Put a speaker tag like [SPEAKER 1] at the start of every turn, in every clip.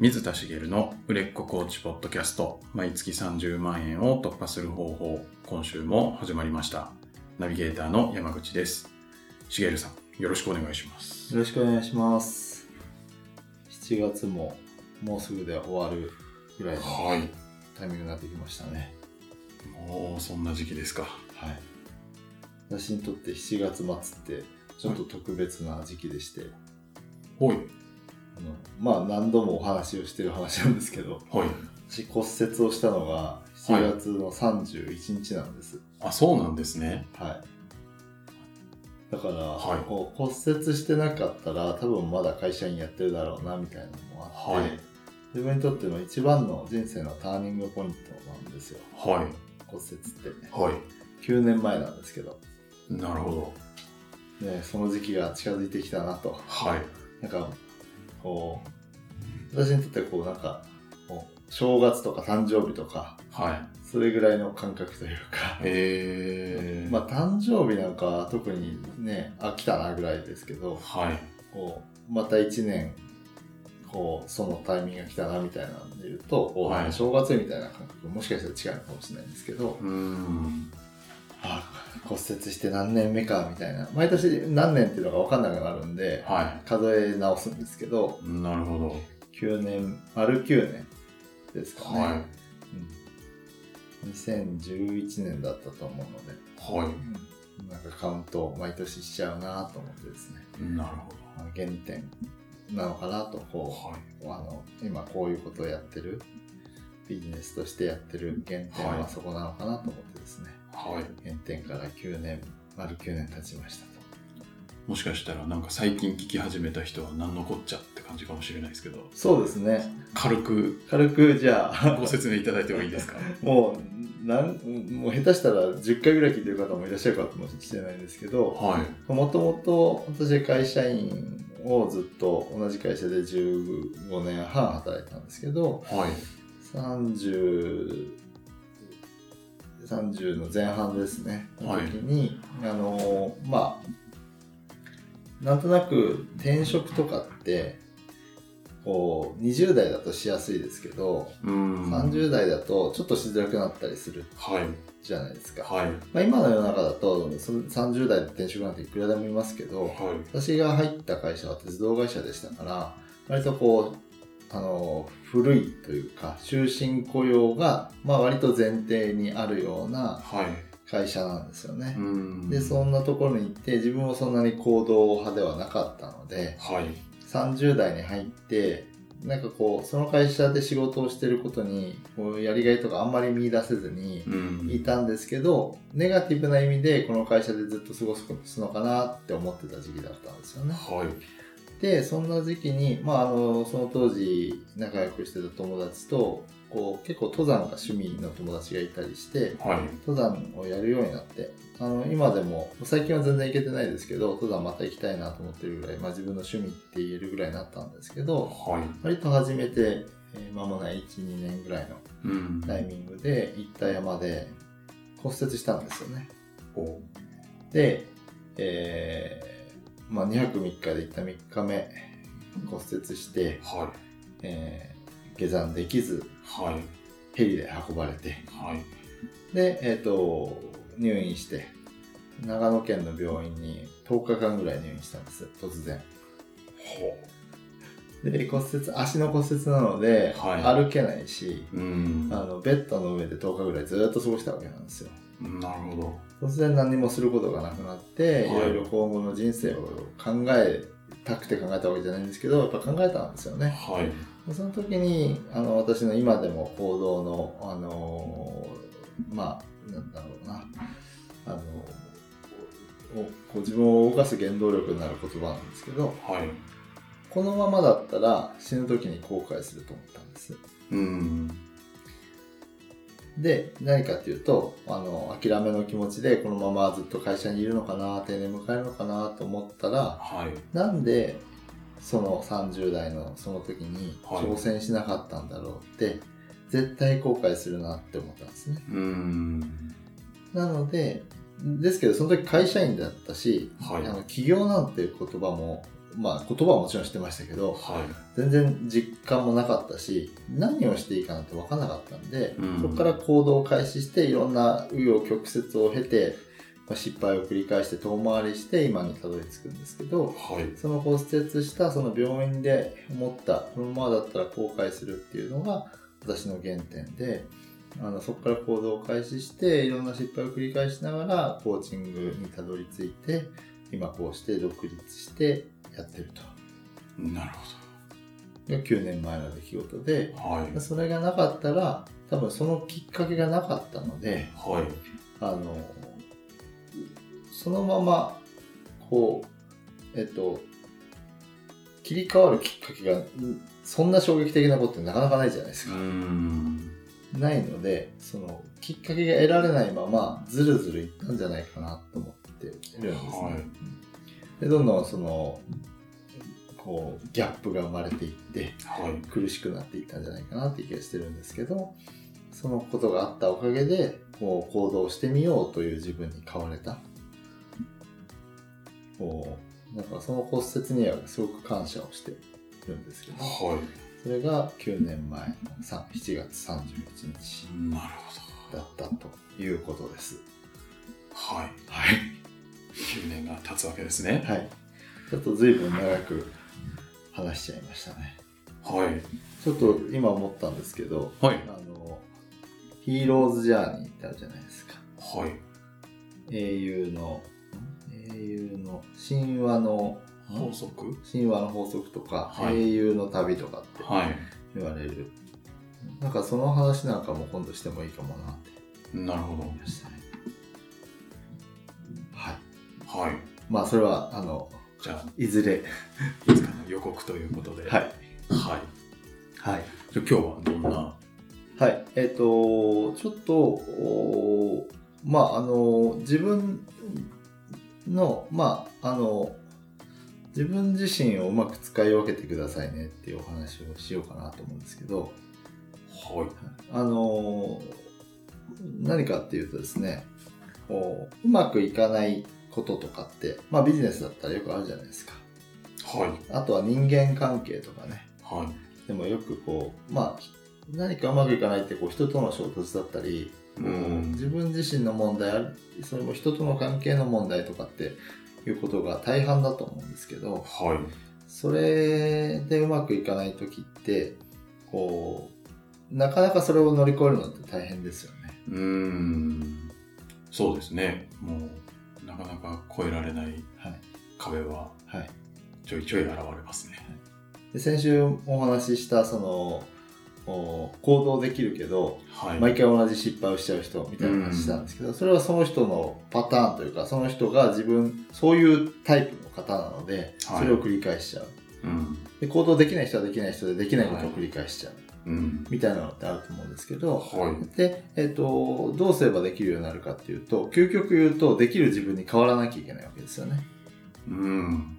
[SPEAKER 1] 水田茂の売れっ子コーチポッドキャスト毎月30万円を突破する方法今週も始まりましたナビゲーターの山口です茂さんよろしくお願いします
[SPEAKER 2] よろしくお願いします。7月ももうすぐで終わるぐらいの
[SPEAKER 1] はい
[SPEAKER 2] タイミングになってきましたね。
[SPEAKER 1] もうそんな時期ですか
[SPEAKER 2] はい。私にとって7月末ってちょっと特別な時期でして、
[SPEAKER 1] ほい
[SPEAKER 2] あのまあ何度もお話をしてる話なんですけど、
[SPEAKER 1] はい
[SPEAKER 2] 私骨折をしたのが7月の31日なんです。
[SPEAKER 1] あそうなんですね
[SPEAKER 2] はい。だから、
[SPEAKER 1] はい
[SPEAKER 2] こう骨折してなかったら多分まだ会社員やってるだろうなみたいなのもあって、
[SPEAKER 1] はい
[SPEAKER 2] 自分にとっての一番の人生のターニングポイントなんですよ
[SPEAKER 1] は
[SPEAKER 2] 骨折って
[SPEAKER 1] いはい
[SPEAKER 2] 9年前なんですけど、
[SPEAKER 1] なるほど
[SPEAKER 2] ね、その時期が近づいてきたなと
[SPEAKER 1] はい
[SPEAKER 2] なんかこう私にとってこうなんかこう正月とか誕生日とか
[SPEAKER 1] はい
[SPEAKER 2] それぐらいの感覚というか
[SPEAKER 1] えー、
[SPEAKER 2] まあ誕生日なんかは特にね飽きたなぐらいですけど
[SPEAKER 1] はい
[SPEAKER 2] こうまた1年こうそのタイミングが来たなみたいなんで言うと、こう
[SPEAKER 1] はい
[SPEAKER 2] 正月みたいな感覚もしかしたら違うのかもしれないんですけど
[SPEAKER 1] うーん
[SPEAKER 2] あ骨折して何年目かみたいな毎年何年っていうのが分かんなくなるんで
[SPEAKER 1] は
[SPEAKER 2] 数え直すんですけど
[SPEAKER 1] いなるほど
[SPEAKER 2] 9年丸9年ですかね、
[SPEAKER 1] は
[SPEAKER 2] うん2011年だったと思うので、
[SPEAKER 1] いは
[SPEAKER 2] なんかカウントを毎年しちゃうなと思ってですね
[SPEAKER 1] いなるほ
[SPEAKER 2] まあ原点なのかなとこ
[SPEAKER 1] ど
[SPEAKER 2] う
[SPEAKER 1] はい
[SPEAKER 2] あの今こういうことをやってるビジネスとしてやってる原点
[SPEAKER 1] は
[SPEAKER 2] はいそこなのかなと思ってですね、
[SPEAKER 1] はい
[SPEAKER 2] 原点から9年丸9年経ちました
[SPEAKER 1] もしかしたらなんか最近聞き始めた人は何のこっちゃって感じかもしれないですけど
[SPEAKER 2] とそうですね
[SPEAKER 1] 軽く
[SPEAKER 2] 軽くじゃあ
[SPEAKER 1] ご説明いただいてもいいですか
[SPEAKER 2] もうなんもう下手したら10回ぐらい聞いてる方もいらっしゃるかもしれないですけど
[SPEAKER 1] はい
[SPEAKER 2] もともと私は会社員をずっと同じ会社で15年半働いてたんですけど、
[SPEAKER 1] はい
[SPEAKER 2] 30, 30の前半ですね、
[SPEAKER 1] はい
[SPEAKER 2] の時にあのまあなんとなく転職とかってこう20代だとしやすいですけど、
[SPEAKER 1] うーん
[SPEAKER 2] 30代だとちょっとしづらくなったりする
[SPEAKER 1] はい
[SPEAKER 2] じゃないですか、
[SPEAKER 1] はい
[SPEAKER 2] まあ、今の世の中だとその30代で転職なんていくらでもいますけど、
[SPEAKER 1] はい
[SPEAKER 2] 私が入った会社は鉄道会社でしたから割とこうあの古いというか終身雇用が、まあ、割と前提にあるような
[SPEAKER 1] はい
[SPEAKER 2] 会社なんですよ
[SPEAKER 1] う
[SPEAKER 2] ね
[SPEAKER 1] ー。ん
[SPEAKER 2] でそんなところに行って自分もそんなに行動派ではなかったので
[SPEAKER 1] はい
[SPEAKER 2] 30代に入ってなんかこうその会社で仕事をしてることにこうやりがいとかあんまり見出せずに
[SPEAKER 1] うーん
[SPEAKER 2] いたんですけどネガティブな意味でこの会社でずっと過ごすのかなって思ってた時期だったんですよね。
[SPEAKER 1] はい
[SPEAKER 2] でそんな時期に、まあ、あのその当時仲良くしてた友達とこう結構登山が趣味の友達がいたりして
[SPEAKER 1] はい
[SPEAKER 2] 登山をやるようになってあの今でも最近は全然行けてないですけど登山また行きたいなと思ってるぐらい、まあ、自分の趣味って言えるぐらいになったんですけど
[SPEAKER 1] はい
[SPEAKER 2] 割と始めて、えー間もない12年ぐらいの
[SPEAKER 1] うーん
[SPEAKER 2] タイミングで行った山で骨折したんですよね。
[SPEAKER 1] お
[SPEAKER 2] で、えーまあ、2泊3日で行った3日目骨折して、
[SPEAKER 1] はい
[SPEAKER 2] えー下山できず
[SPEAKER 1] はい
[SPEAKER 2] ヘリで運ばれて
[SPEAKER 1] はい
[SPEAKER 2] で、えー、と入院して長野県の病院に10日間ぐらい入院したんです突然
[SPEAKER 1] ほ
[SPEAKER 2] で骨折足の骨折なので、
[SPEAKER 1] はい
[SPEAKER 2] 歩けないし
[SPEAKER 1] ううーん
[SPEAKER 2] あのベッドの上で10日ぐらいずっと過ごしたわけなんですよ
[SPEAKER 1] なるほど
[SPEAKER 2] 突然何もすることがなくなっ
[SPEAKER 1] はい
[SPEAKER 2] て、い、ろいろ今後の人生を考えたくて考えたわけじゃないんですけどやっぱ考えたんですよね
[SPEAKER 1] はい
[SPEAKER 2] その時にあの私の今でも行動のあのまあなんだろうなあのおこう自分を動かす原動力になる言葉なんですけど
[SPEAKER 1] はい
[SPEAKER 2] このままだったら死ぬ時に後悔すると思ったんです
[SPEAKER 1] うーん
[SPEAKER 2] で何かっていうとあの諦めの気持ちでこのままずっと会社にいるのかな定年迎えるのかなと思ったら
[SPEAKER 1] はい
[SPEAKER 2] なんでその30代のその時に
[SPEAKER 1] はい
[SPEAKER 2] 挑戦しなかったんだろうって、絶対後悔するなって思ったんですね
[SPEAKER 1] うーん
[SPEAKER 2] なのでですけどその時会社員だったし、
[SPEAKER 1] はい
[SPEAKER 2] あの起業なんていう言葉もまあ、言葉はもちろん知ってましたけど、
[SPEAKER 1] はい。
[SPEAKER 2] 全然実感もなかったし何をしていいかなんて分からなかったんで、
[SPEAKER 1] うん
[SPEAKER 2] そこから行動を開始していろんな紆余曲折を経て、まあ、失敗を繰り返して遠回りして今にたどり着くんですけど
[SPEAKER 1] はい。
[SPEAKER 2] その骨折したその病院で思ったこのままだったら後悔するっていうのが私の原点であのそこから行動を開始していろんな失敗を繰り返しながらコーチングにたどり着いて今こうして独立してやってると。
[SPEAKER 1] なる
[SPEAKER 2] が9年前の出来事で
[SPEAKER 1] ほど。はい。
[SPEAKER 2] それがなかったら多分そのきっかけがなかったので
[SPEAKER 1] はい。
[SPEAKER 2] あのそのままこうえっと切り替わるきっかけがうんそんな衝撃的なことってなかなかないじゃないです
[SPEAKER 1] うー
[SPEAKER 2] か、
[SPEAKER 1] ん。
[SPEAKER 2] ないのでそのきっかけが得られないままずるずるいったんじゃないかなと思ってるんですね、
[SPEAKER 1] はい
[SPEAKER 2] でどんどんそのこうギャップが生まれていって
[SPEAKER 1] はい。
[SPEAKER 2] 苦しくなっていったんじゃないかなっていう気がしてるんですけどそのことがあったおかげでこう行動してみようという自分に変われたこうだからその骨折にはすごく感謝をしてるんですけど
[SPEAKER 1] は
[SPEAKER 2] それが9年前のさ7月31日
[SPEAKER 1] い。なる
[SPEAKER 2] だったということです
[SPEAKER 1] ほど。はい。
[SPEAKER 2] はい、
[SPEAKER 1] 9年が経つわけですね。
[SPEAKER 2] はい、ちょっと随分長く話しちゃいましたね
[SPEAKER 1] はい。
[SPEAKER 2] ちょっと今思ったんですけど
[SPEAKER 1] はい。
[SPEAKER 2] あの、ヒーローズジャーニーってあるじゃないですか。
[SPEAKER 1] はい。
[SPEAKER 2] 英雄の、英雄の、神話の、
[SPEAKER 1] 法則
[SPEAKER 2] 神話の法則とか、
[SPEAKER 1] はい
[SPEAKER 2] 英雄の旅とかって
[SPEAKER 1] はい。
[SPEAKER 2] 言われる。なんかその話なんかも今度してもいいかもなって
[SPEAKER 1] なるほ
[SPEAKER 2] 思いましたね。はい。
[SPEAKER 1] ど。はい。
[SPEAKER 2] まあそれは、あの、
[SPEAKER 1] じゃ
[SPEAKER 2] いずれ。
[SPEAKER 1] あ、いつかの予告ということで。
[SPEAKER 2] はい。
[SPEAKER 1] はい。
[SPEAKER 2] はい。
[SPEAKER 1] じゃあ今日はどんな。は
[SPEAKER 2] はい、えっ、と、ちょっと、おーまあ、あの、自分の、まあ、あの、自分自身をうまく使い分けてくださいねっていうお話をしようかなと思うんですけど、あの、何かっていうとですね、こううまくいかないこととかって、まあ、ビジネスだったらよくあるじゃないですか。
[SPEAKER 1] い。はい。
[SPEAKER 2] あとは人間関係とかね、
[SPEAKER 1] はい。
[SPEAKER 2] でもよくこうまあ何かうまくいかないってこう人との衝突だったり、
[SPEAKER 1] うん
[SPEAKER 2] 自分自身の問題あるそれも人との関係の問題とかっていうことが大半だと思うんですけど
[SPEAKER 1] はい。
[SPEAKER 2] それでうまくいかない時ってこうなかなかそれを乗り越えるのって大変ですよね。
[SPEAKER 1] うーん。そうですね。もう、なかなか越えられない
[SPEAKER 2] はい
[SPEAKER 1] 壁は
[SPEAKER 2] はい、
[SPEAKER 1] ちょいちょい現れますね。
[SPEAKER 2] で先週お話ししたそのお行動できるけど
[SPEAKER 1] はい。
[SPEAKER 2] 毎回同じ失敗をしちゃう人みたいな話したんですけど、それはその人のパターンというかその人が自分そういうタイプの方なので、
[SPEAKER 1] はい
[SPEAKER 2] それを繰り返しちゃう
[SPEAKER 1] うん。
[SPEAKER 2] で行動できない人はできない人でできないことを繰り返しちゃう、
[SPEAKER 1] うん。
[SPEAKER 2] みたいなのってあると思うんですけど、
[SPEAKER 1] は
[SPEAKER 2] で、えっとどうすればできるようになるかっていうと究極言うとできる自分に変わらなきゃいけないわけですよね
[SPEAKER 1] い。うん。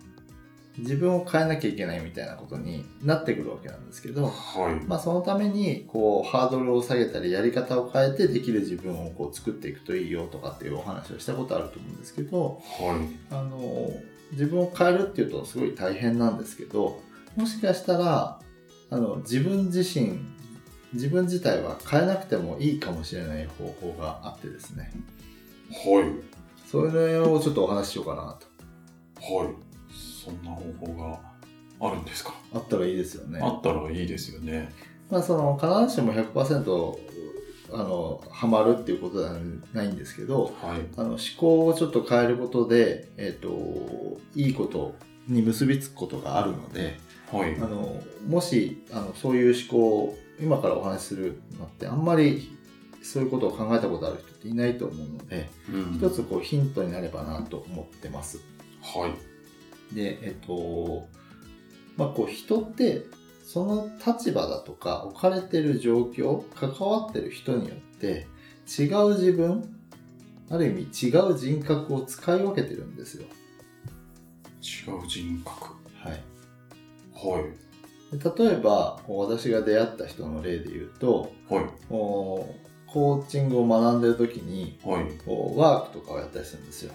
[SPEAKER 2] 自分を変えなきゃいけないみたいなことになってくるわけなんですけど
[SPEAKER 1] はい。
[SPEAKER 2] まあ、そのためにこうハードルを下げたりやり方を変えてできる自分をこう作っていくといいよとかっていうお話をしたことあると思うんですけど
[SPEAKER 1] はい。
[SPEAKER 2] あの自分を変えるっていうとすごい大変なんですけどもしかしたらあの自分自身自分自体は変えなくてもいいかもしれない方法があってですね
[SPEAKER 1] はい。
[SPEAKER 2] それをちょっとお話ししようかなと
[SPEAKER 1] はい。そんな方法があるんですか。
[SPEAKER 2] あったらいいですよね。
[SPEAKER 1] あったらいいですよね。
[SPEAKER 2] まあ、その必ずしも100%あのハマるっていうことではないんですけど、
[SPEAKER 1] はい。
[SPEAKER 2] あの思考をちょっと変えることで、えっといいことに結びつくことがあるので
[SPEAKER 1] はい
[SPEAKER 2] あ。のもしあのそういう思考を今からお話しするのってあんまりそういうことを考えたことある人っていないと思うので
[SPEAKER 1] うん
[SPEAKER 2] 一つこうヒントになればなと思ってます。
[SPEAKER 1] はい。
[SPEAKER 2] でえっ、とまあこう人ってその立場だとか置かれてる状況関わってる人によって違う自分ある意味違う人格を使い分けてるんですよ。
[SPEAKER 1] 違う人格。
[SPEAKER 2] はい、
[SPEAKER 1] はい。
[SPEAKER 2] で例えばこう私が出会った人の例で言うと
[SPEAKER 1] はい。
[SPEAKER 2] こうコーチングを学んでる時に
[SPEAKER 1] はい。
[SPEAKER 2] こうワークとかをやったりするんですよ。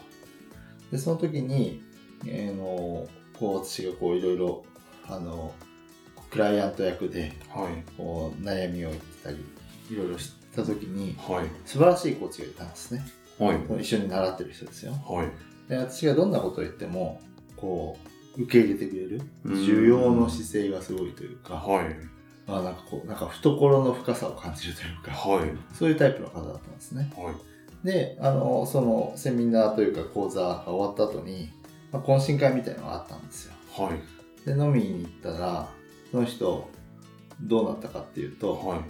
[SPEAKER 2] でその時に、えーのここう私がこういろいろあのクライアント役で
[SPEAKER 1] はい。
[SPEAKER 2] こう悩みを言ったりいろいろした時に
[SPEAKER 1] はい。
[SPEAKER 2] 素晴らしいコーチがいたんですね
[SPEAKER 1] はい。
[SPEAKER 2] 一緒に習ってる人ですよ
[SPEAKER 1] はい。
[SPEAKER 2] で私がどんなことを言ってもこう受け入れてくれる
[SPEAKER 1] うん
[SPEAKER 2] 需要の姿勢がすごいというか、
[SPEAKER 1] はい。
[SPEAKER 2] まあ、なんかこうなんか懐の深さを感じるというか
[SPEAKER 1] はい。
[SPEAKER 2] そういうタイプの方だったんですね
[SPEAKER 1] はい。
[SPEAKER 2] であのそのセミナーというか講座が終わった後に、まあ、懇親会みたいのがあったんですよ
[SPEAKER 1] はい。
[SPEAKER 2] で飲みに行ったらその人どうなったかっていうと、
[SPEAKER 1] はい。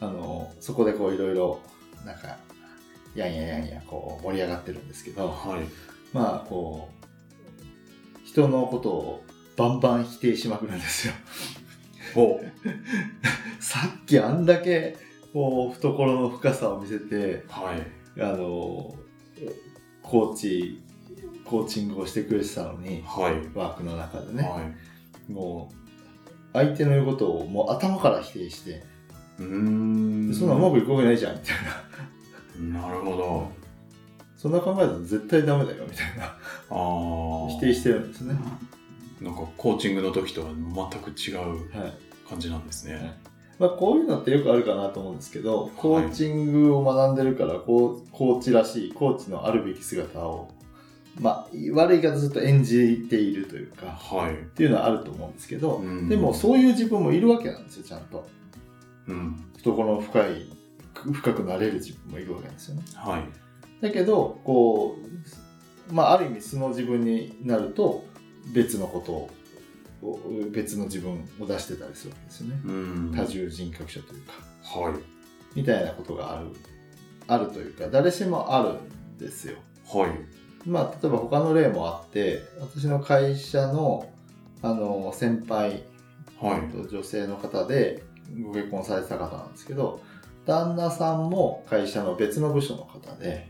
[SPEAKER 2] あのそこでこういろいろなんかやんややんやこう盛り上がってるんですけど
[SPEAKER 1] はい。
[SPEAKER 2] まあこう人のことをバンバン否定しまくるんですよ
[SPEAKER 1] お
[SPEAKER 2] さっきあんだけこう懐の深さを見せて
[SPEAKER 1] はい。
[SPEAKER 2] あのコーチコーチングをしてくれてたのに
[SPEAKER 1] はい。
[SPEAKER 2] ワークの中でね
[SPEAKER 1] は
[SPEAKER 2] もう相手の言うことをもう頭から否定して
[SPEAKER 1] い。うーん。
[SPEAKER 2] そんなうまくいくわけないじゃんみたいな
[SPEAKER 1] なるほ
[SPEAKER 2] そんな考えたら絶対ダメだよみたいな
[SPEAKER 1] ど。ああ。
[SPEAKER 2] 否定してるんですね
[SPEAKER 1] なんかコーチングの時とは全く違う
[SPEAKER 2] はい
[SPEAKER 1] 感じなんですね。
[SPEAKER 2] まあ、こういうのってよくあるかなと思うんですけどコーチングを学んでるからこうコーチらしいコーチのあるべき姿を、まあ、悪い言い方すると演じているというか
[SPEAKER 1] はい。
[SPEAKER 2] っていうのはあると思うんですけど、
[SPEAKER 1] うん
[SPEAKER 2] でもそういう自分もいるわけなんですよちゃんと
[SPEAKER 1] うん。
[SPEAKER 2] 懐の深いく深くなれる自分もいるわけなんですよね
[SPEAKER 1] はい。
[SPEAKER 2] だけどこう、まあ、ある意味素の自分になると別のことをお別の自分を出してたりするわけですよね
[SPEAKER 1] うん。
[SPEAKER 2] 多重人格者というか
[SPEAKER 1] はい。
[SPEAKER 2] みたいなことがあるあるというか誰しもあるんですよ。
[SPEAKER 1] はい。
[SPEAKER 2] まあ例えば他の例もあって私の会社のあの先輩
[SPEAKER 1] はい。
[SPEAKER 2] 女性の方でご結婚されてた方なんですけど旦那さんも会社の別の部署の方で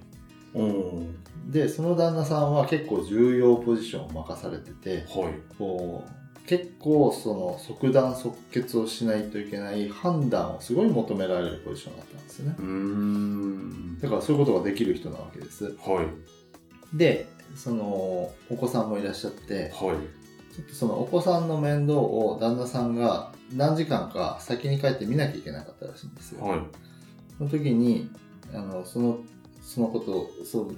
[SPEAKER 1] おお。
[SPEAKER 2] でその旦那さんは結構重要ポジションを任されてて
[SPEAKER 1] はい。
[SPEAKER 2] こう結構その即断即決をしないといけない判断をすごい求められるポジションだったんですよね。
[SPEAKER 1] うーん。
[SPEAKER 2] だからそういうことができる人なわけです。
[SPEAKER 1] はい。
[SPEAKER 2] で、そのお子さんもいらっしゃって、
[SPEAKER 1] はい。
[SPEAKER 2] ちょっとそのお子さんの面倒を旦那さんが何時間か先に帰って見なきゃいけなかったらしいんですよ。
[SPEAKER 1] はい。
[SPEAKER 2] その時に、あのそのそのことをそう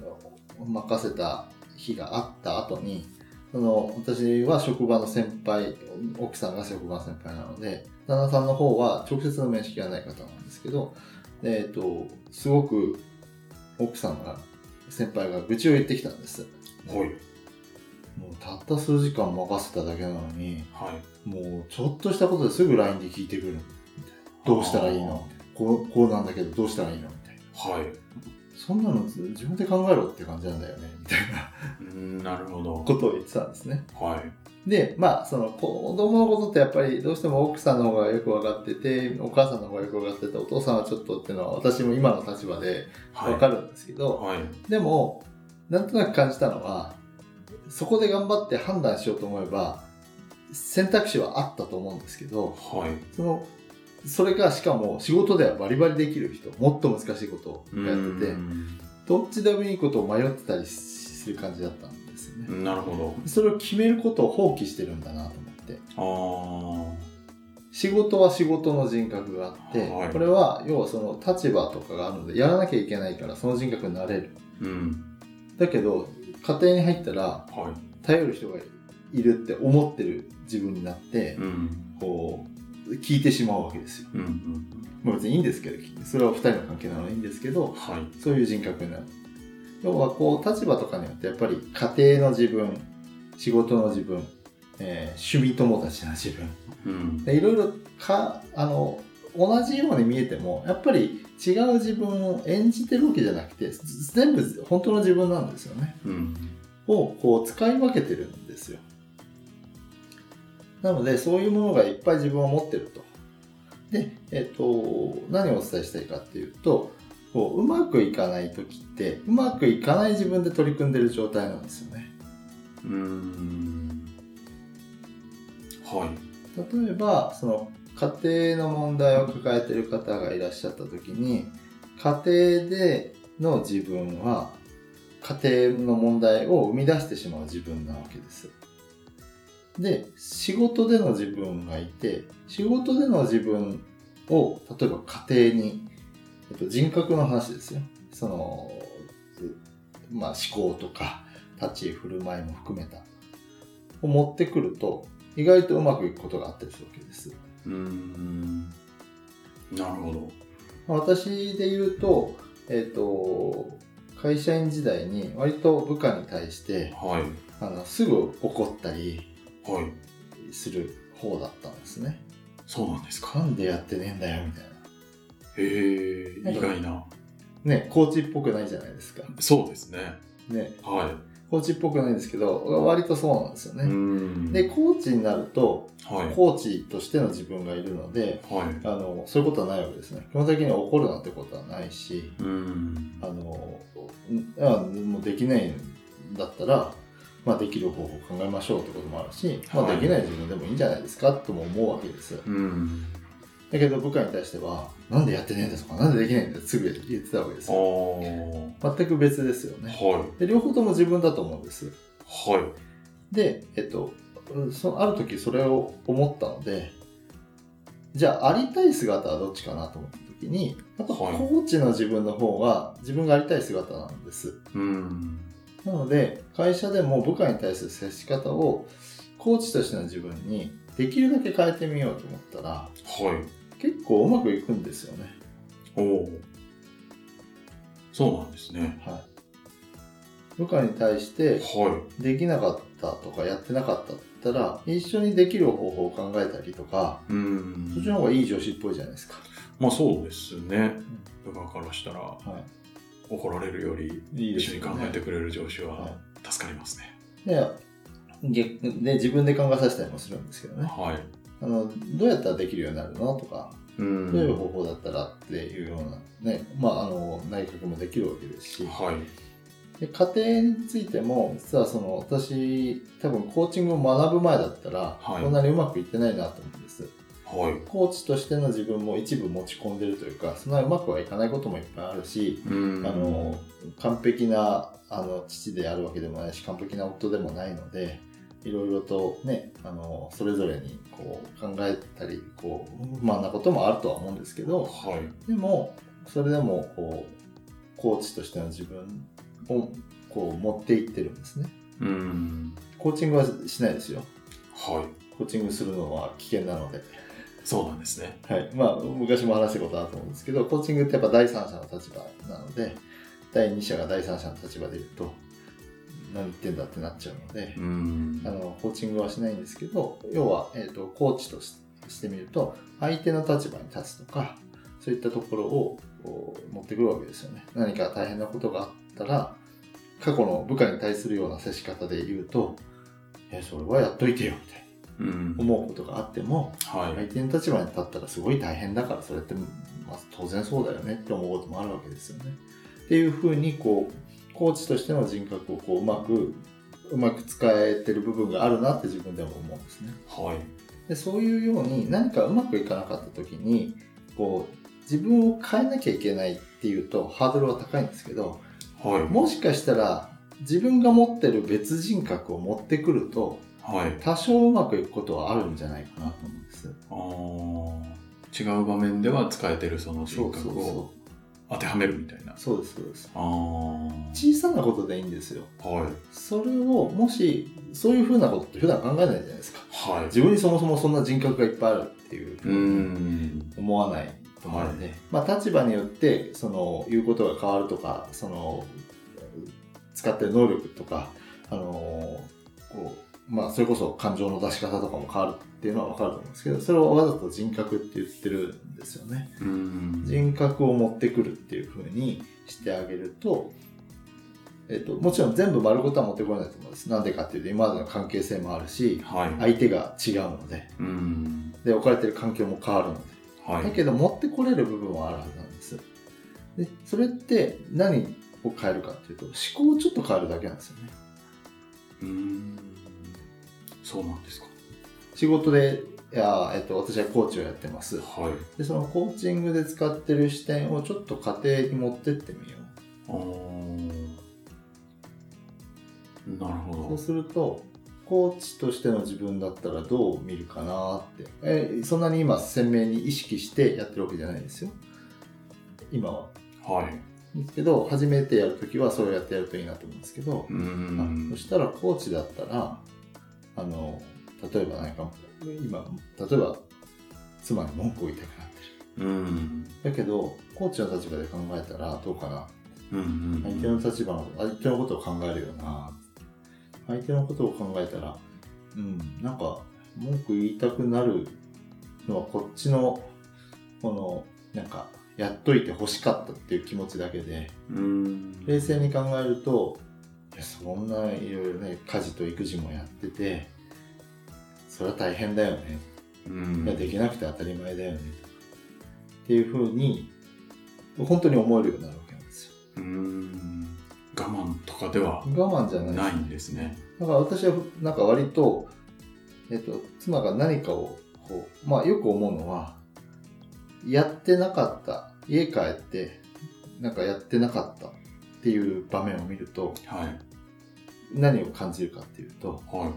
[SPEAKER 2] 任せた日があった後に、その私は職場の先輩、奥さんが職場の先輩なので、旦那さんの方は直接の面識がない方なんですけど、えっ、と、すごく奥さんが、先輩が愚痴を言ってきたんです。
[SPEAKER 1] はい。
[SPEAKER 2] もうたった数時間任せただけなのに、
[SPEAKER 1] はい。
[SPEAKER 2] もうちょっとしたことですぐ LINE で聞いてくる。どうしたらいいのこうこうなんだけどどうしたらいいのみたいな。
[SPEAKER 1] はい。
[SPEAKER 2] そんなの自分で考えろって感じなんだよね、みたいな
[SPEAKER 1] うーんなるほど。
[SPEAKER 2] ことを言ってたんですね。
[SPEAKER 1] はい。
[SPEAKER 2] で、まあ、その子供のことってやっぱりどうしても奥さんの方がよく分かってて、お母さんの方がよく分かってて、お父さんはちょっとっていうのは私も今の立場で
[SPEAKER 1] はい。
[SPEAKER 2] 分かるんですけど、
[SPEAKER 1] はい。
[SPEAKER 2] でも、なんとなく感じたのは、そこで頑張って判断しようと思えば、選択肢はあったと思うんですけど、
[SPEAKER 1] はい。
[SPEAKER 2] その、それがしかも仕事ではバリバリできる人、もっと難しいことをやってて
[SPEAKER 1] うー、ん
[SPEAKER 2] どっちでもいいことを迷ってたりする感じだったんですよね。
[SPEAKER 1] なるほ
[SPEAKER 2] それを決めることを放棄してるんだなと思って。
[SPEAKER 1] ど。
[SPEAKER 2] 仕事は仕事の人格があって、
[SPEAKER 1] はい
[SPEAKER 2] これは要はその立場とかがあるので、やらなきゃいけないからその人格になれる。
[SPEAKER 1] ああ。うん。
[SPEAKER 2] だけど、家庭に入ったら、
[SPEAKER 1] は
[SPEAKER 2] 頼る人がいるって思ってる自分になって
[SPEAKER 1] い。うん。
[SPEAKER 2] こう聞いてしまうわけですよ。
[SPEAKER 1] うんうん。
[SPEAKER 2] まあ、別にいいんですけどそれは2人の関係なのでいいんですけど
[SPEAKER 1] はい。
[SPEAKER 2] そういう人格になる。要はこう立場とかによってやっぱり家庭の自分仕事の自分、えー趣味友達の自分
[SPEAKER 1] うん。
[SPEAKER 2] でいろいろかあの同じように見えてもやっぱり違う自分を演じてるわけじゃなくてず全部本当の自分なんですよね。
[SPEAKER 1] うん。
[SPEAKER 2] をこう使い分けてるんですよなのでそういうものがいっぱい自分は持ってるとで、えっと何をお伝えしたいかっていうとこううまくいかない時ってうまくいかない自分で取り組んでる状態なんですよね
[SPEAKER 1] うーん。はい。
[SPEAKER 2] 例えばその家庭の問題を抱えてる方がいらっしゃった時に家庭での自分は家庭の問題を生み出してしまう自分なわけですで、仕事での自分がいて、仕事での自分を、例えば家庭に、えっと、人格の話ですよ。その、まあ、思考とか、立ち居振る舞いも含めた、を持ってくると、意外とうまくいくことがあったりするわけです。
[SPEAKER 1] うーん。なるほど。
[SPEAKER 2] 私で言うと、えっ、と、会社員時代に割と部下に対して、
[SPEAKER 1] はい。
[SPEAKER 2] あの、すぐ怒ったり
[SPEAKER 1] はい。
[SPEAKER 2] する方だったんですね。
[SPEAKER 1] そうなんですか。
[SPEAKER 2] なんでやってねえんだよ、みたいな。
[SPEAKER 1] へえ、
[SPEAKER 2] なん
[SPEAKER 1] 意
[SPEAKER 2] か
[SPEAKER 1] 外な。
[SPEAKER 2] ね、コーチっぽくないじゃないですか。
[SPEAKER 1] そうですね。
[SPEAKER 2] ね、
[SPEAKER 1] は
[SPEAKER 2] コーチっぽくないんですけど、割とそうなんですよ
[SPEAKER 1] い。うー
[SPEAKER 2] ね。
[SPEAKER 1] ん。
[SPEAKER 2] で、コーチになると、
[SPEAKER 1] はい。
[SPEAKER 2] コーチとしての自分がいるので、
[SPEAKER 1] はい。
[SPEAKER 2] あの、そういうことはないわけですね。基本的に怒るなんてことはないし、
[SPEAKER 1] うーん
[SPEAKER 2] あ。の、んあもうできないんだったら、まあ、できる方法を考えましょうってこともあるし、ま
[SPEAKER 1] は
[SPEAKER 2] あ、
[SPEAKER 1] い
[SPEAKER 2] できない自分でもいいんじゃないですかとも思うわけです。
[SPEAKER 1] うん。
[SPEAKER 2] だけど部下に対しては、なんでやってねえんですかなんでできないんだってすぐ言ってたわけです
[SPEAKER 1] ああ。
[SPEAKER 2] よ。
[SPEAKER 1] は
[SPEAKER 2] 全く別ですよ
[SPEAKER 1] い。
[SPEAKER 2] ね。
[SPEAKER 1] は
[SPEAKER 2] で両方とも自分だと思うんです。
[SPEAKER 1] い。
[SPEAKER 2] で、えっと、うんそある時それを思ったので、じゃあ、ありたい姿はどっちかなと思った時に、やっぱコ
[SPEAKER 1] はい
[SPEAKER 2] ーチの自分の方が自分がありたい姿なんです。
[SPEAKER 1] うん。
[SPEAKER 2] なので、会社でも部下に対する接し方を、コーチとしての自分にできるだけ変えてみようと思ったら、
[SPEAKER 1] はい。
[SPEAKER 2] 結構うまくいくんですよね。
[SPEAKER 1] おお。そうなんですね。
[SPEAKER 2] はい。部下に対して、
[SPEAKER 1] は
[SPEAKER 2] できなかったとかやってなかったって言ったら、一緒にできる方法を考えたりとか、
[SPEAKER 1] い。うん。
[SPEAKER 2] そっちの方がいい上司っぽいじゃないですか。
[SPEAKER 1] まあそうですね。部下からしたら
[SPEAKER 2] は
[SPEAKER 1] 怒られるより
[SPEAKER 2] い。いいで
[SPEAKER 1] 一緒
[SPEAKER 2] す
[SPEAKER 1] に
[SPEAKER 2] よ
[SPEAKER 1] 考
[SPEAKER 2] ね。
[SPEAKER 1] えてくれる上司は
[SPEAKER 2] は
[SPEAKER 1] 助かりますね。
[SPEAKER 2] い。で、逆で自分で考えさせたりもするんですけどね。
[SPEAKER 1] はい。
[SPEAKER 2] あの、どうやったらできるようになるのとか、
[SPEAKER 1] う
[SPEAKER 2] どういう方
[SPEAKER 1] ん。
[SPEAKER 2] 法だったらっていうような、ね、まあ、あの、内閣もできるわけですし、
[SPEAKER 1] はい。
[SPEAKER 2] で家庭についても、実はその、私、多分コーチングを学ぶ前だったら、
[SPEAKER 1] はい
[SPEAKER 2] こんなにうまくいってないなと思うんです。
[SPEAKER 1] は
[SPEAKER 2] コーチとしての自分も一部持ち込んでるというか、そんなうまくはいかないこともいっぱいあるし、
[SPEAKER 1] い。うん。
[SPEAKER 2] あの、完璧なあの父であるわけでもないし、完璧な夫でもないので、いろいろとね、あの、それぞれにこう考えたり、こう、不満なこともあるとは思うんですけど、
[SPEAKER 1] はい。
[SPEAKER 2] でも、それでもこう、コーチとしての自分をこう持っていってるんですね。
[SPEAKER 1] うん。
[SPEAKER 2] コーチングはしないですよ。
[SPEAKER 1] はい。
[SPEAKER 2] コーチングするのは危険なので。
[SPEAKER 1] そうなんですね。
[SPEAKER 2] はい、まあ昔も話したことあると思うんですけどコーチングってやっぱ第三者の立場なので第二者が第三者の立場で言うと何言ってんだってなっちゃうので
[SPEAKER 1] う、ん。
[SPEAKER 2] あのコーチングはしないんですけど要は、えー、とコーチとししてみると相手の立場に立つとかそういったところをこう持ってくるわけですよね何か大変なことがあったら過去の部下に対するような接し方で言うと「えそれはやっといてよ」みたい
[SPEAKER 1] う
[SPEAKER 2] な
[SPEAKER 1] ん。
[SPEAKER 2] 思うことがあっても
[SPEAKER 1] はい。
[SPEAKER 2] 相手の立場に立ったらすごい大変だからそれって、まあ、当然そうだよねって思うこともあるわけですよね。っていうふうにこうコーチとしての人格をこううまくうまく使えてる部分があるなって自分でも思うんですね。
[SPEAKER 1] はい。
[SPEAKER 2] でそういうように何かうまくいかなかった時にこう自分を変えなきゃいけないっていうとハードルは高いんですけど
[SPEAKER 1] はい。
[SPEAKER 2] もしかしたら自分が持ってる別人格を持ってくると
[SPEAKER 1] はい。
[SPEAKER 2] 多少うまくいくことはあるんじゃないかなと思うんです。
[SPEAKER 1] あー違う場面では使えてるその人格を当てはめるみたいな。
[SPEAKER 2] そうですそうです
[SPEAKER 1] あー
[SPEAKER 2] 小さなことでいいんですよ
[SPEAKER 1] はい。
[SPEAKER 2] それをもしそういうふうなことって普段考えないじゃないですか
[SPEAKER 1] はい。
[SPEAKER 2] 自分にそもそもそんな人格がいっぱいあるっていう
[SPEAKER 1] うーん。
[SPEAKER 2] 思わないと思うので、まあ立場によってその言うことが変わるとかその使ってる能力とかあのこうまあそれこそ感情の出し方とかも変わるっていうのは分かると思うんですけどそれをわざと人格って言ってるんですよね
[SPEAKER 1] うーん。
[SPEAKER 2] 人格を持ってくるっていう風にしてあげると、えっと、もちろん全部丸ごとは持ってこれないと思うんです。なんでかっていうと、今までの関係性もあるし、
[SPEAKER 1] はい。
[SPEAKER 2] 相手が違うので、
[SPEAKER 1] うーん。
[SPEAKER 2] で、置かれてる環境も変わるので。
[SPEAKER 1] は
[SPEAKER 2] だ
[SPEAKER 1] い。
[SPEAKER 2] けど、持ってこれる部分はあるはずなんです。で、それって何を変えるかっていうと、思考をちょっと変えるだけなんですよね。
[SPEAKER 1] うーん。そうなんですか。
[SPEAKER 2] 仕事で、いやえっと、私はコーチをやってます。
[SPEAKER 1] はい。
[SPEAKER 2] で、そのコーチングで使ってる視点をちょっと家庭に持ってってみよう。
[SPEAKER 1] あーなるほ
[SPEAKER 2] そう
[SPEAKER 1] ど。
[SPEAKER 2] すると、コーチとしての自分だったらどう見るかなってえそんなに今鮮明に意識してやってるわけじゃないですよ今は
[SPEAKER 1] はい。
[SPEAKER 2] ですけど初めてやるときはそうやってやるといいなと思うんですけど
[SPEAKER 1] うーん
[SPEAKER 2] あそ。したらコーチだったらあの例えば何か今例えば妻に文句を言いたくなって
[SPEAKER 1] うん。
[SPEAKER 2] るだけどコーチの立場で考えたらどうかな
[SPEAKER 1] うんうん
[SPEAKER 2] 相手の立場の相手のことを考えるよな相手のことを考えたらうんなんか文句言いたくなるのはこっちのこのなんかやっといて欲しかったっていう気持ちだけで
[SPEAKER 1] うん。
[SPEAKER 2] 冷静に考えるといやそんないろいろね家事と育児もやっててそれは大変だよね、
[SPEAKER 1] うん。
[SPEAKER 2] いやできなくて当たり前だよねっていうふうに本当に思えるようになるわけなんですよ
[SPEAKER 1] うん。我慢とかでは
[SPEAKER 2] 我慢じゃない
[SPEAKER 1] ないんですね。
[SPEAKER 2] だから私はなんか割と、えっと、妻が何かをこう、まあ、よく思うのはやってなかった家帰ってなんかやってなかったっていう場面を見ると
[SPEAKER 1] はい。
[SPEAKER 2] 何を感じるかっていうと
[SPEAKER 1] は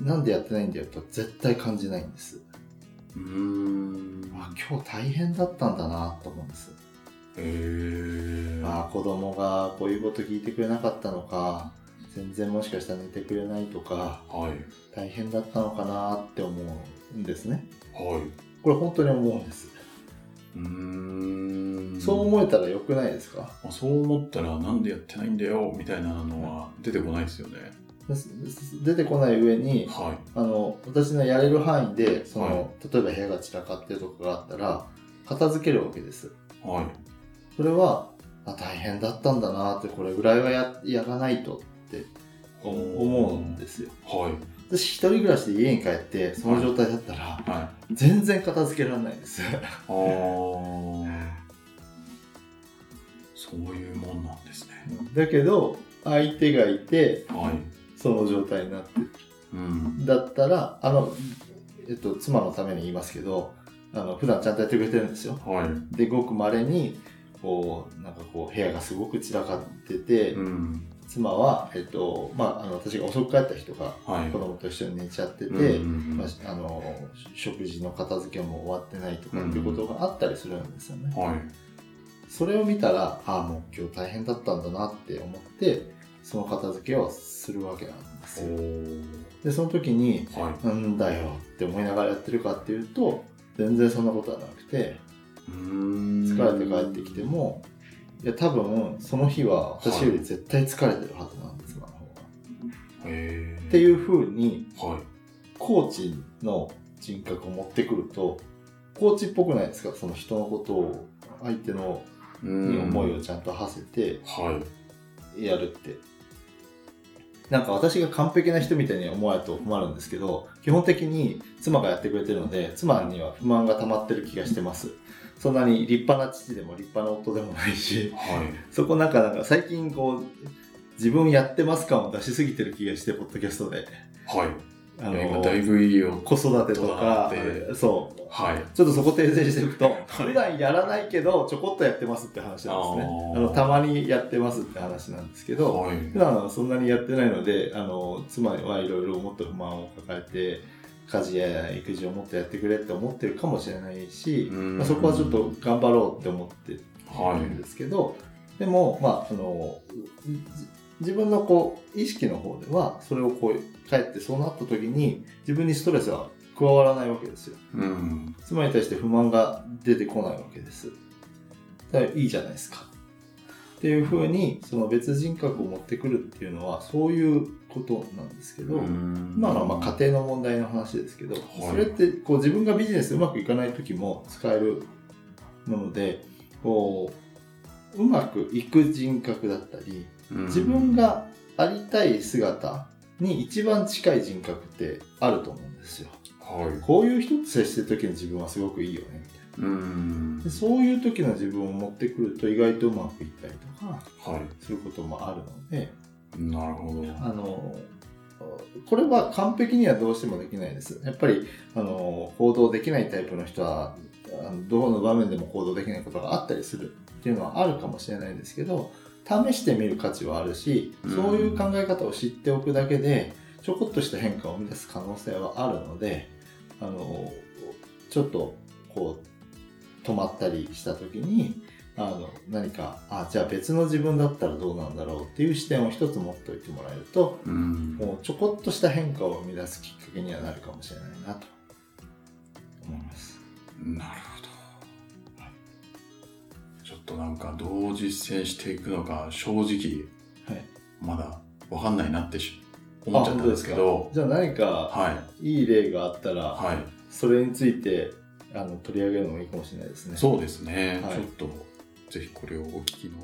[SPEAKER 2] なんでやってないんだよと絶対感じないんです
[SPEAKER 1] い。うーん。
[SPEAKER 2] あ今日大変だったんだなと思うんです
[SPEAKER 1] へえ。
[SPEAKER 2] ああ子供がこういうこと聞いてくれなかったのか全然もしかしたら寝てくれないとか
[SPEAKER 1] はい。
[SPEAKER 2] 大変だったのかなって思うんですね
[SPEAKER 1] はい。
[SPEAKER 2] これ本当に思うんです、
[SPEAKER 1] うーん。
[SPEAKER 2] そう思えたらよくないですか
[SPEAKER 1] あそう思ったらなんでやってないんだよみたいなのは出てこないですよね。
[SPEAKER 2] です出てこない上に
[SPEAKER 1] は
[SPEAKER 2] あの私のやれる範囲でその、
[SPEAKER 1] は
[SPEAKER 2] 例えば部屋が散らかってるとこがあったら片付けるわけです
[SPEAKER 1] い。はい。
[SPEAKER 2] それはあ大変だったんだなってこれぐらいはややらないとって思うんですよ
[SPEAKER 1] はい。
[SPEAKER 2] 私一人暮らしで家に帰ってその状態だったら
[SPEAKER 1] はい。
[SPEAKER 2] 全然片付けられないです
[SPEAKER 1] あ あ。そういうもんなんですね。
[SPEAKER 2] だけど相手がいて
[SPEAKER 1] はい。
[SPEAKER 2] その状態になって
[SPEAKER 1] うん。
[SPEAKER 2] だったらあの、えっと、妻のために言いますけどあの普段ちゃんとやってくれてるんですよ
[SPEAKER 1] はい。
[SPEAKER 2] でごくまれにこうなんかこう部屋がすごく散らかってて、
[SPEAKER 1] うん。
[SPEAKER 2] 妻は、えっとまあ、あの私が遅く帰った人が
[SPEAKER 1] はい。
[SPEAKER 2] 子供と一緒に寝ちゃってて、
[SPEAKER 1] うん
[SPEAKER 2] まあ、あの食事の片付けも終わってないとかっていうことがあったりするんですよね、
[SPEAKER 1] はい。
[SPEAKER 2] それを見たらああもう今日大変だったんだなって思ってその片付けをするわけなんです
[SPEAKER 1] お
[SPEAKER 2] よ
[SPEAKER 1] ー
[SPEAKER 2] でその時に
[SPEAKER 1] はい。
[SPEAKER 2] なんだよって思いながらやってるかっていうと全然そんなことはなくて
[SPEAKER 1] うーん
[SPEAKER 2] 疲れて帰ってきて。もいや多分その日は私より絶対疲れてるはずなんです、妻の方が。
[SPEAKER 1] へえ。。
[SPEAKER 2] っていうう風に
[SPEAKER 1] はい。
[SPEAKER 2] コーチの人格を持ってくるとコーチっぽくないですかその人のことを相手のに思いをちゃんと馳せて
[SPEAKER 1] はい。
[SPEAKER 2] やるって。なんか私が完璧な人みたいに思われると困るんですけど基本的に妻がやってくれてるので妻には不満が溜まってる気がしてますそんなに立派な父でも立派な夫でもないし
[SPEAKER 1] はい。
[SPEAKER 2] そこなんかなんか最近こう自分やってます感を出しすぎてる気がしてポッドキャストで
[SPEAKER 1] はい。
[SPEAKER 2] あ
[SPEAKER 1] いや今
[SPEAKER 2] の
[SPEAKER 1] だいぶいいよ。
[SPEAKER 2] 子育てとか
[SPEAKER 1] そうだなっ
[SPEAKER 2] そう
[SPEAKER 1] はい。
[SPEAKER 2] ちょっとそこ訂正し ていくと普段やらないけどちょこっとやってますって話なんですね
[SPEAKER 1] あー
[SPEAKER 2] あのたまにやってますって話なんですけど、
[SPEAKER 1] はい。
[SPEAKER 2] 普段はそんなにやってないのであの妻はいろいろもっと不満を抱えて家事や育児をもっとやってくれって思ってるかもしれないし、
[SPEAKER 1] うん
[SPEAKER 2] まあ、そこはちょっと頑張ろうって思って
[SPEAKER 1] は
[SPEAKER 2] るん
[SPEAKER 1] い。
[SPEAKER 2] ですけど、でも、まあ、あのじ自分のこう意識の方ではそれをこう帰ってそうなった時に自分にストレスは加わらないわけですよ
[SPEAKER 1] うん。
[SPEAKER 2] 妻に対して不満が出てこないわけですだからいいじゃないですかっていうふうにその別人格を持ってくるっていうのはそういうことなんですけど、今のはまあ家庭の問題の話ですけど、それってこう自分がビジネスうまくいかない時も使えるものでこううまくいく人格だったり
[SPEAKER 1] 庭
[SPEAKER 2] 自分、がありたい姿に一番近い人格ってあると思うんですよ。
[SPEAKER 1] は
[SPEAKER 2] こういう人と接してる時の自分はすごくいいよねみたい
[SPEAKER 1] い。うん
[SPEAKER 2] なで。そういう時の自分を持ってくると意外とうまくいったりとか
[SPEAKER 1] は
[SPEAKER 2] することもあるので
[SPEAKER 1] い。なるほど。
[SPEAKER 2] あのこれは完璧にはどうしてもできないですやっぱりあの行動できないタイプの人はあのどこの場面でも行動できないことがあったりするっていうのはあるかもしれないですけど試してみる価値はあるしそういう考え方を知っておくだけでちょこっとした変化を生み出す可能性はあるのであのちょっとこう止まったりした時にあの何かあじゃあ別の自分だったらどうなんだろうっていう視点を一つ持っておいてもらえると
[SPEAKER 1] うん
[SPEAKER 2] もうちょこっとした変化を生み出すきっかけにはなるかもしれないなと思います。
[SPEAKER 1] なるほど。ちょっとなんかどう実践していくのか正直
[SPEAKER 2] はい、
[SPEAKER 1] まだわかんないなってし思っちゃったんですけど、
[SPEAKER 2] じゃあ何か
[SPEAKER 1] はい、
[SPEAKER 2] いい例があったら、
[SPEAKER 1] はい、
[SPEAKER 2] それについてあの取り上げるのもいいかもしれないですね。
[SPEAKER 1] そうですね、
[SPEAKER 2] はい
[SPEAKER 1] ちょっとぜひこれをお聞きの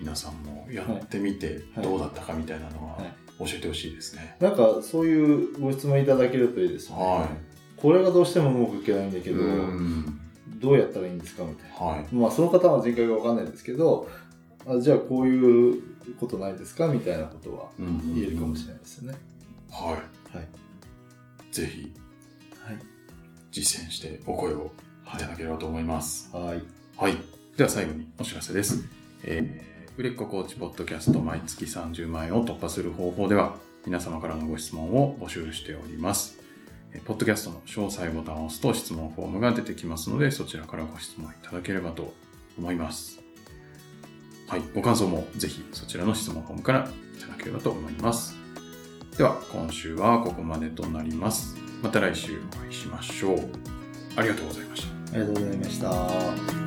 [SPEAKER 1] 皆さんもやってみて
[SPEAKER 2] はい
[SPEAKER 1] どうだったかみたいなのは
[SPEAKER 2] はい
[SPEAKER 1] 教えてほしいですね。
[SPEAKER 2] なんかそういうご質問いただけるといいですよね。
[SPEAKER 1] は
[SPEAKER 2] これがどうしてもうまくいけないんだ
[SPEAKER 1] い、
[SPEAKER 2] けど、
[SPEAKER 1] うん
[SPEAKER 2] どうやったらいいんですかみたいな。
[SPEAKER 1] はい、
[SPEAKER 2] まあその方の人格がわかんないですけどあ、じゃあこういうことないですかみたいなことは
[SPEAKER 1] うん
[SPEAKER 2] 言えるかもしれないですよね。
[SPEAKER 1] は
[SPEAKER 2] はい。
[SPEAKER 1] い、ぜひ
[SPEAKER 2] はい。
[SPEAKER 1] 実践してお声をいただければと思います。
[SPEAKER 2] はい。
[SPEAKER 1] はい。では最後にお知らせです。えー、売れっ子コーチポッドキャスト毎月30万円を突破する方法では、皆様からのご質問を募集しております。えーポッドキャストの詳細ボタンを押すと質問フォームが出てきますので、そちらからご質問いただければと思います。はい。ご感想もぜひそちらの質問フォームからいただければと思います。では、今週はここまでとなります。また来週お会いしましょう。ありがとうございました。
[SPEAKER 2] ありがとうございました。